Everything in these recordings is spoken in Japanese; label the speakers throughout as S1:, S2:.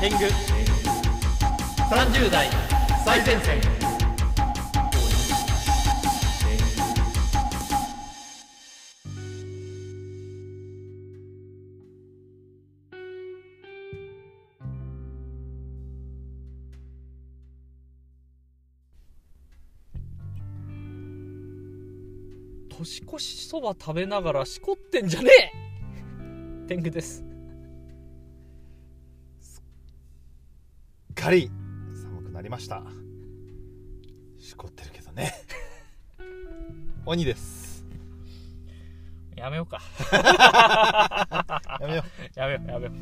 S1: 天狗30代最前線年越しそば食べながらしこってんじゃねえ天狗です
S2: かり寒くなりましたしこってるけどね 鬼です
S1: やめようか
S2: やめよ
S1: やめようやめよう、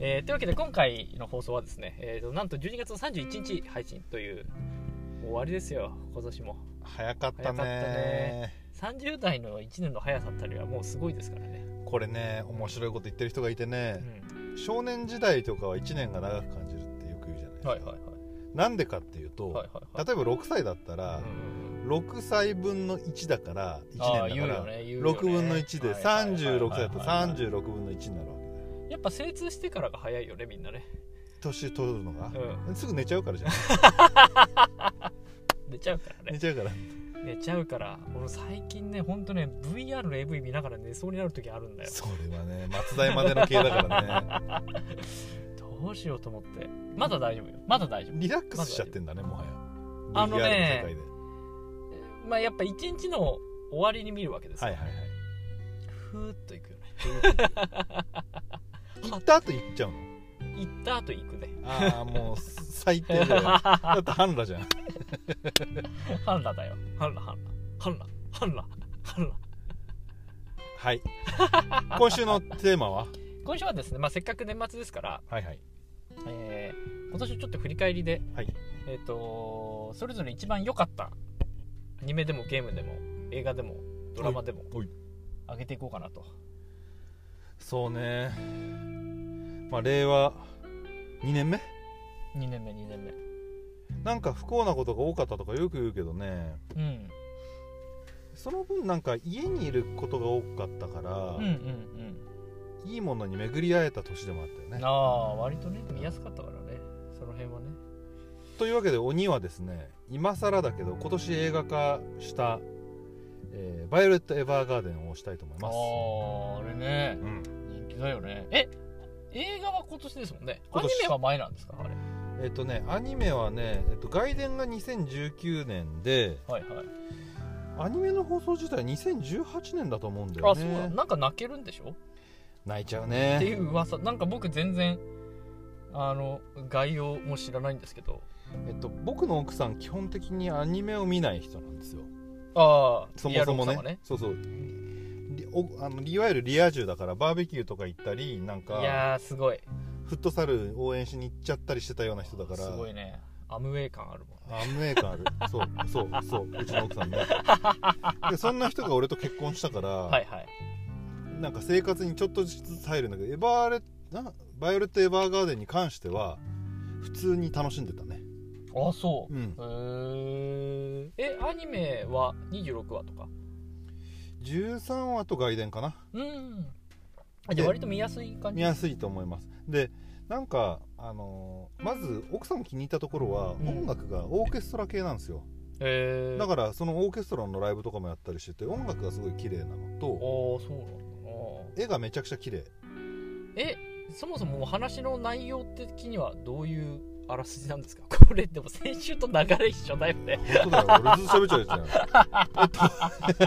S1: えーというわけで今回の放送はですね、えーとなんと12月の31日配信というもう終わりですよ今年も
S2: う早かったね
S1: 早かったね30代の1年の速さったりはもうすごいですからね、
S2: これね面白いこと言ってる人がいて
S1: う
S2: ね、
S1: ん、
S2: 少年時代とかは1年が長く感じるってよく言うじゃないですか、
S1: はいはいはい
S2: なんでかっていうと、
S1: はいはいはい
S2: 例えば6歳だったら、6歳分の1だから
S1: ああ
S2: 1年
S1: 言う
S2: だ
S1: よ
S2: から、
S1: ね言うよね
S2: 6分の1で
S1: はいはいはいはい
S2: 36歳だったら36分の1になるわけだよ
S1: やっぱ精通してからが早いよねみんなね
S2: 年取るのが、すぐ寝ちゃうからじゃん
S1: 寝ちゃうから
S2: 寝
S1: ね
S2: ちゃうから
S1: 寝ちゃうから俺最近ねほんとね VR の AV 見ながら寝そうになる時あるんだよ
S2: それはね松代までの系だからね
S1: どうしようと思ってまだ大丈夫よまだ大丈夫
S2: リラックスしちゃってんだねもはや
S1: あのね
S2: VR の世界で
S1: まあやっぱ一日の終わりに見るわけです
S2: はい
S1: よ
S2: はいはい
S1: ふーっと行くよね
S2: 行った後行っちゃうの
S1: 行った後行くね
S2: ああもう最低 だよだって半裸じゃん
S1: ハンラだよハンラハンラハンラハンラハンラ
S2: はい今週のテーマは
S1: 今週はですね、まあ、せっかく年末ですから、
S2: はいはい
S1: えー今年ちょっと振り返りで、
S2: はい
S1: えー、とそれぞれ一番良かったアニメでもゲームでも映画でもドラマでも
S2: おい
S1: 上げていこうかなと
S2: そうねまあ令和2年目
S1: 2年目2年目
S2: なんか不幸なことが多かったとかよく言うけどね
S1: うん
S2: その分なんか家にいることが多かったから、
S1: うんうん
S2: いいものに巡り合えた年でもあったよ
S1: う
S2: ね
S1: んああ割とね見やすかったからねその辺はね
S2: というわけで鬼はですね今更だけど今年映画化した「えーバイオレット・エヴァーガーデン」をしたいと思い
S1: あ
S2: ます、
S1: ああれね
S2: うん
S1: 人気だよねえ映画は今年ですもんねア
S2: 今
S1: ニ
S2: 年
S1: メは前なんですかあれ
S2: えっとねアニメはね、えっと、外伝が2019年で
S1: はいはい
S2: アニメの放送自体2018年だと思うんだよ
S1: あそうな
S2: ね
S1: んなんか泣けるんでしょ
S2: 泣いちゃう
S1: って
S2: ね
S1: いう噂なんか僕全然あの概要も知らないんですけど
S2: えっと僕の奥さん基本的にアニメを見ない人なんですよ
S1: ああ
S2: そもそもね
S1: リアル奥様ね
S2: そうそうりおあのいわゆるリア充だからバーベキューとか行ったりなん
S1: い
S2: か
S1: やーすごい
S2: フットサル応援しに行っちゃったりしてたような人だから
S1: すごいねアムウェイ感あるもん
S2: アムウェイ感ある そうそうそううちの奥さんねでそんな人が俺と結婚したから、
S1: はいはい
S2: なんか生活にちょっとずつ入るんだけどエヴァーレなバイオレット・エヴァーガーデンに関しては普通に楽しんでたね
S1: あそう
S2: うん
S1: へええアニメは26話とか
S2: 13話と外伝かな
S1: うんあじゃあ
S2: で
S1: 割と見やすい感
S2: 見
S1: じ
S2: やすいと思いますでなんかあのーまず奥さんも気に入ったところは
S1: うん
S2: 音楽がオーケストラ系なんですよ、
S1: へえ
S2: だ
S1: ああ
S2: からそのオーケストラのライブとかもやったりしてて音楽がすごい綺麗なのと
S1: そうなんだ
S2: 絵がめちゃくちゃ綺麗
S1: なえそもそもお話の内容的にはどういうあらすじなんですか これでも先週と流れ一緒だよね
S2: 本当だよ俺ずっと喋っちゃうやつじゃんえ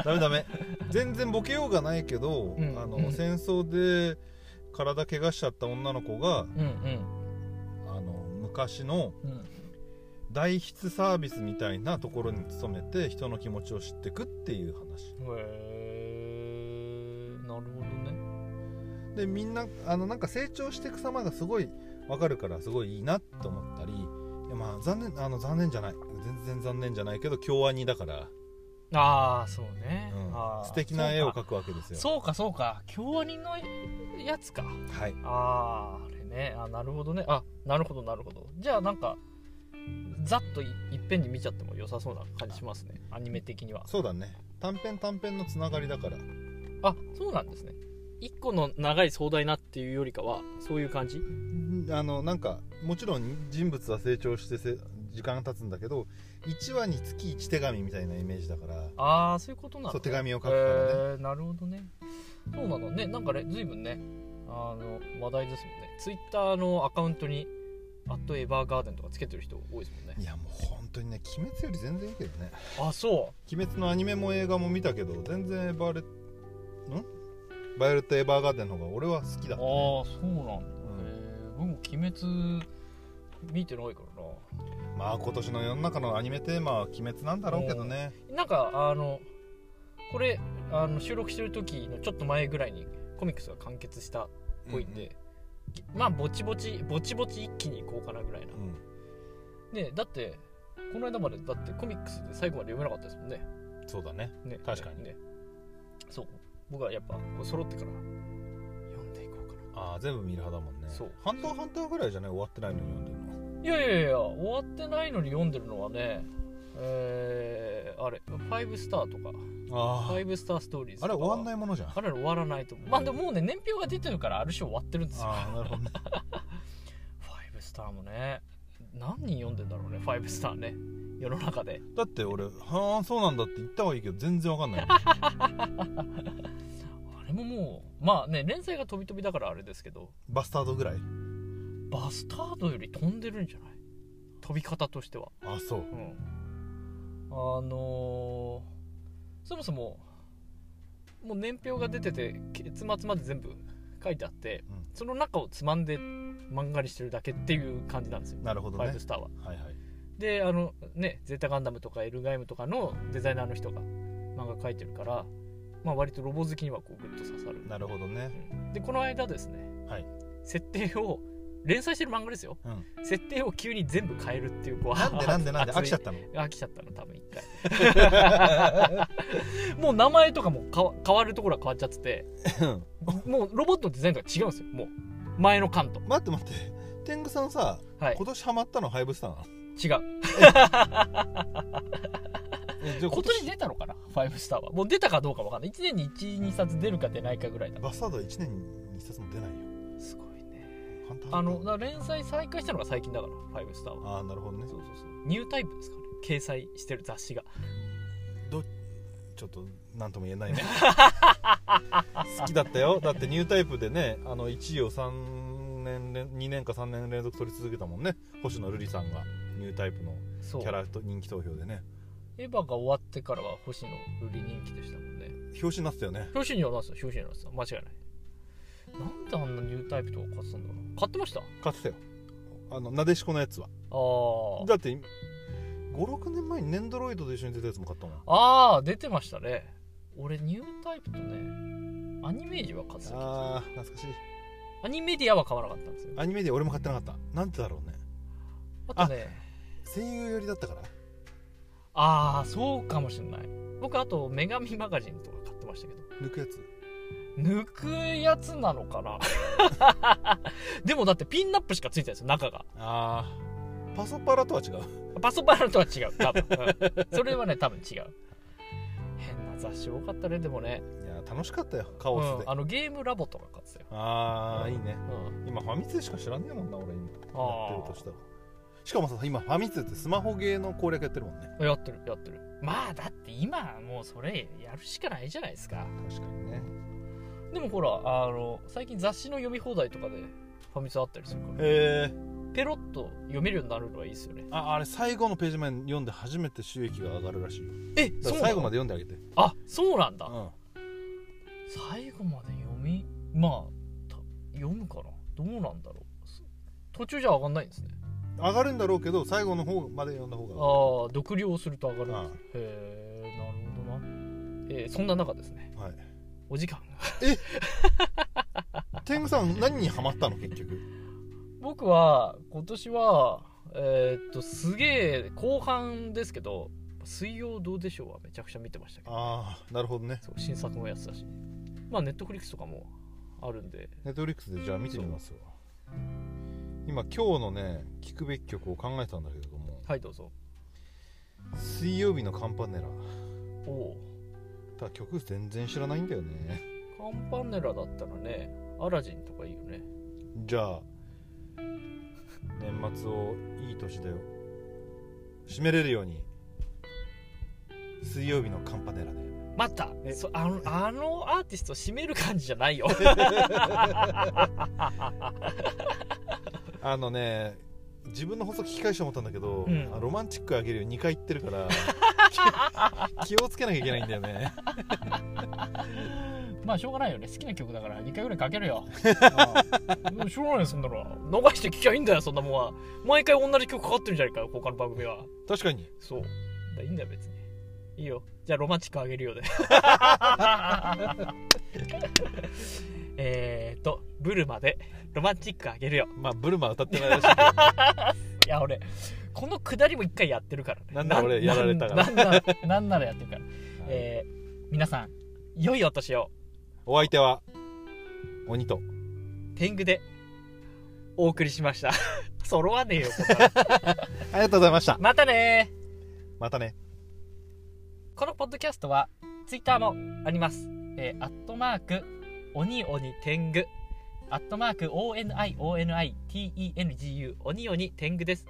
S2: っと ダメダメ全然ボケようがないけど、
S1: うん
S2: あの
S1: うん
S2: 戦争で体怪我しちゃった女の子が
S1: うんうん
S2: あの昔の
S1: うん
S2: 代筆サービスみたいなところに勤めて人の気持ちを知ってくっていう話
S1: へえなるほどね
S2: でみんなあのなんか成長していく様がすごいわかるからすごいいいなと思ったりいやまあ残念あの残念じゃない全然残念じゃないけど京アニだから、
S1: ああそうね、
S2: うん
S1: あー
S2: 素敵な絵を
S1: そう
S2: 描
S1: か
S2: くわけですよ
S1: そうかそうか京アニのやつか
S2: はい
S1: あああれねあなるほどねあなるほどなるほどじゃあなんかざっといいっぺんに見ちゃっても良さそうな感じしますねアニメ的には
S2: そうだね短編短編のつながりだから
S1: あそうなんですね一個の長い壮大なっていうよりかはそういう感じ
S2: あのなんかもちろん人物は成長してせ時間が経つんだけど1話につき1手紙みたいなイメージだから
S1: ああそういうことなの
S2: そう手紙を書く
S1: へ
S2: からね、
S1: えなるほどねそうなのねなんかね随分ねあの話題ですもんねツイッターのアカウントに「アットエヴァーガーデン」とかつけてる人多いですもんね
S2: いやもう本当にね「鬼滅」より全然いいけどね
S1: あそ
S2: 「鬼滅」のアニメも映画も見たけど全然エヴァレんバイオレット・エヴァーガーデンの方が俺は好きだ
S1: うああ
S2: ったね
S1: そうなんだ、え僕も「鬼滅」見てないからな
S2: まあ今年の世の中のアニメテーマは「鬼滅」なんだろうけどね
S1: なんかあのこれあの収録してる時のちょっと前ぐらいにコミックスが完結したっぽいんで、まあぼちぼちぼちぼち一気にいこうかなぐらいな
S2: うん、うん
S1: ねだってこの間までだってコミックスで最後まで読めなかったですもんね
S2: そうだね
S1: ね
S2: 確かに
S1: ねそう僕はやっぱこう揃ってから読んでいこうか
S2: ああ全部見る派だもんね
S1: そう
S2: 半島半島ぐらいじゃない終わってないのに読んでるの
S1: ないやいやいや終わってないのに読んでるのはねえー、あれ「ファイブスター」とか「フ
S2: あ
S1: ァイブスターストーリーズ」
S2: ああれ終わんないいものじゃん
S1: あれ終わらないと思うまあでももうね年表が出てるからある種終わってるんですよ
S2: ああなるほどね
S1: ファイブスターもね何人読んでんだろうねファイブスターね世の中で
S2: だって俺「はあそうなんだ」って言ったはいいけど全然わかんない
S1: あれももうまあね連載が飛び飛びだからあれですけど
S2: バスタードぐらい
S1: バスタードより飛んでるんじゃない飛び方としては
S2: あそう
S1: うんあのーそもそももう年表が出てて結末まで全部書いてあって、
S2: うん
S1: その中をつまんで漫画にしてるだけっていう感じなんですよ、
S2: なるほ
S1: フ
S2: ど
S1: ァイ
S2: ね
S1: ブスターは
S2: はいはい
S1: であのねゼータガンダムとかエルガイムとかのデザイナーの人が漫画描いてるから、まあ、割とロボ好きにはこうグッと刺さる
S2: なるほどね
S1: うんでこの間ですね、
S2: はい
S1: 設定を連載してる漫画ですよ、
S2: う
S1: 設定を急に全部変えるっていうこう
S2: なんでなんでなんで
S1: 熱い
S2: 飽きちゃったの
S1: 飽きちゃったの多分一回もう名前とかもかわ変わるところは変わっちゃっててもうロボットのデザインとか違うんですよもう前の巻と
S2: 待って待って天狗さんさ
S1: はい
S2: 今年ハマったのハイブスターなの
S1: 違う
S2: えじゃあ
S1: 今年出たのかなファイブスターはもう出たかどうかわかんない1年に12冊出るか出ないかぐらいだ
S2: バスタードは1年に1冊も出ないよ
S1: すごいね
S2: ハンター
S1: あ
S2: ハンター
S1: のだから連載再開したのが最近だからファイブスターは
S2: ああなるほどね
S1: そうそうそうニュータイプですかね掲載してる雑誌が
S2: ちょっと何とも言えない ね好きだったよだってニュータイプでねあの1位を3年連2年か3年連続取り続けたもんね星野瑠璃さんがニュータイプの
S1: そう
S2: キャラと人気投票でね
S1: エヴァが終わってからは星野瑠璃人気でしたもんね
S2: 表紙になってたよね
S1: 表紙にはなってた表紙にはなってた間違いないなんであんなニュータイプとか買ってたんだろう買ってましたあ
S2: 買ってたよあのなでしこのやつは
S1: ー
S2: だって56年前にネンドロイドと一緒に出たやつも買ったもん
S1: あー出てましたね俺ニュータイプとねアニメージは買ってた気が
S2: あー懐かしい
S1: するアニメディアは買わなかったんですよ
S2: アニメで俺も買ってなかったなんてだろうね
S1: あとね
S2: 声優寄りだったから
S1: ああそうかもしれない僕あと女神マガジンとか買ってましたけど
S2: 抜くやつ
S1: 抜くやつなのかな でもだってピンナップしかついてないですよ中が
S2: ああパソパラとは違う
S1: パソパラとは違う多分、うんそれはね多分違う変な雑誌多かったねでもね、
S2: いや楽しかったよカオス
S1: う
S2: で、
S1: ん、あのゲームラボとか買ってたよ、
S2: ああいいね
S1: うん、
S2: 今ファミ通しか知らねえもんな俺今
S1: あー
S2: やってるとしたらしかもさ今ファミ通ってスマホゲーの攻略やってるもんね
S1: やってるやってるまあだって今もうそれやるしかないじゃないですか
S2: 確かにね
S1: でもほらあの最近雑誌の読み放題とかでファミツあったりするから
S2: えー、
S1: ペロッと読めるようになるのはいいですよね
S2: ああれ最後のページまで読んで初めて収益が上がるらしいよ
S1: え
S2: だ
S1: そ
S2: か
S1: う
S2: ら最後ま
S1: で
S2: で読んであげてう
S1: あそうなんだ、
S2: ん
S1: 最後まで読みまあた読むかなどうなんだろうす途中じゃ上がんないんですね
S2: 上がるんだろうけど最後の方まで読んだ方が
S1: ああ独立をすると上がるんです
S2: ああ
S1: ねへえなるほどな、えーそんな中ですね
S2: はい
S1: お時間が
S2: 天狗さん何にハマったの結局
S1: 僕は今年はえーっとすげえ後半ですけど「水曜どうでしょう」はめちゃくちゃ見てましたけど
S2: ああなるほどね
S1: そう新作のやつだしまあネットフリックスとかもあるんで
S2: ネットフリックスでじゃあ見てみますわ今今日のね聞くべき曲を考えてたんだけれども
S1: はいどうぞ
S2: 水曜日のカンパネラ
S1: おお
S2: ただ曲全然知らないんだよね
S1: カンパネラだったらねアラジンとかいいよね
S2: じゃあ年末をいい年で締めれるように水曜日のカンパネラで
S1: 待った
S2: え
S1: そあのあのアーティスト締める感じじゃないよ
S2: あのね自分の放送聞き返して思ったんだけど、
S1: うん
S2: あロマンチックあげるよ2回言ってるから 気気をつけなきゃいけないんだよね
S1: まあしょうがないよね好きな曲だから2回ぐらいかける ようんしょうがないよそんなのは逃して聴きゃいいんだよそんなもんは毎回同じ曲かかってるじゃないか他の番組は
S2: 確かに
S1: そうだからいいんだよ別にいいよじゃあロマンチックあげるよ でえーとブルマでロマンチックあげるよ
S2: まあブルマは歌ってないらしいけど、ね、
S1: いや俺このくだりも一回やってるからね
S2: なんなら俺やられたから
S1: なんならなんならやってるから、 えー皆さん良いお年を
S2: お相手は鬼と
S1: 天狗でお送りしました 揃わねえよここ
S2: ありがとうございました
S1: またねー
S2: またね
S1: このポッドキャストはツイッターもあります。えー、アットマーク、鬼鬼天狗、アットマーク、ONIONITENGU、鬼鬼天狗です。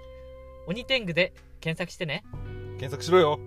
S1: 鬼天狗で検索してね。
S2: 検索しろよ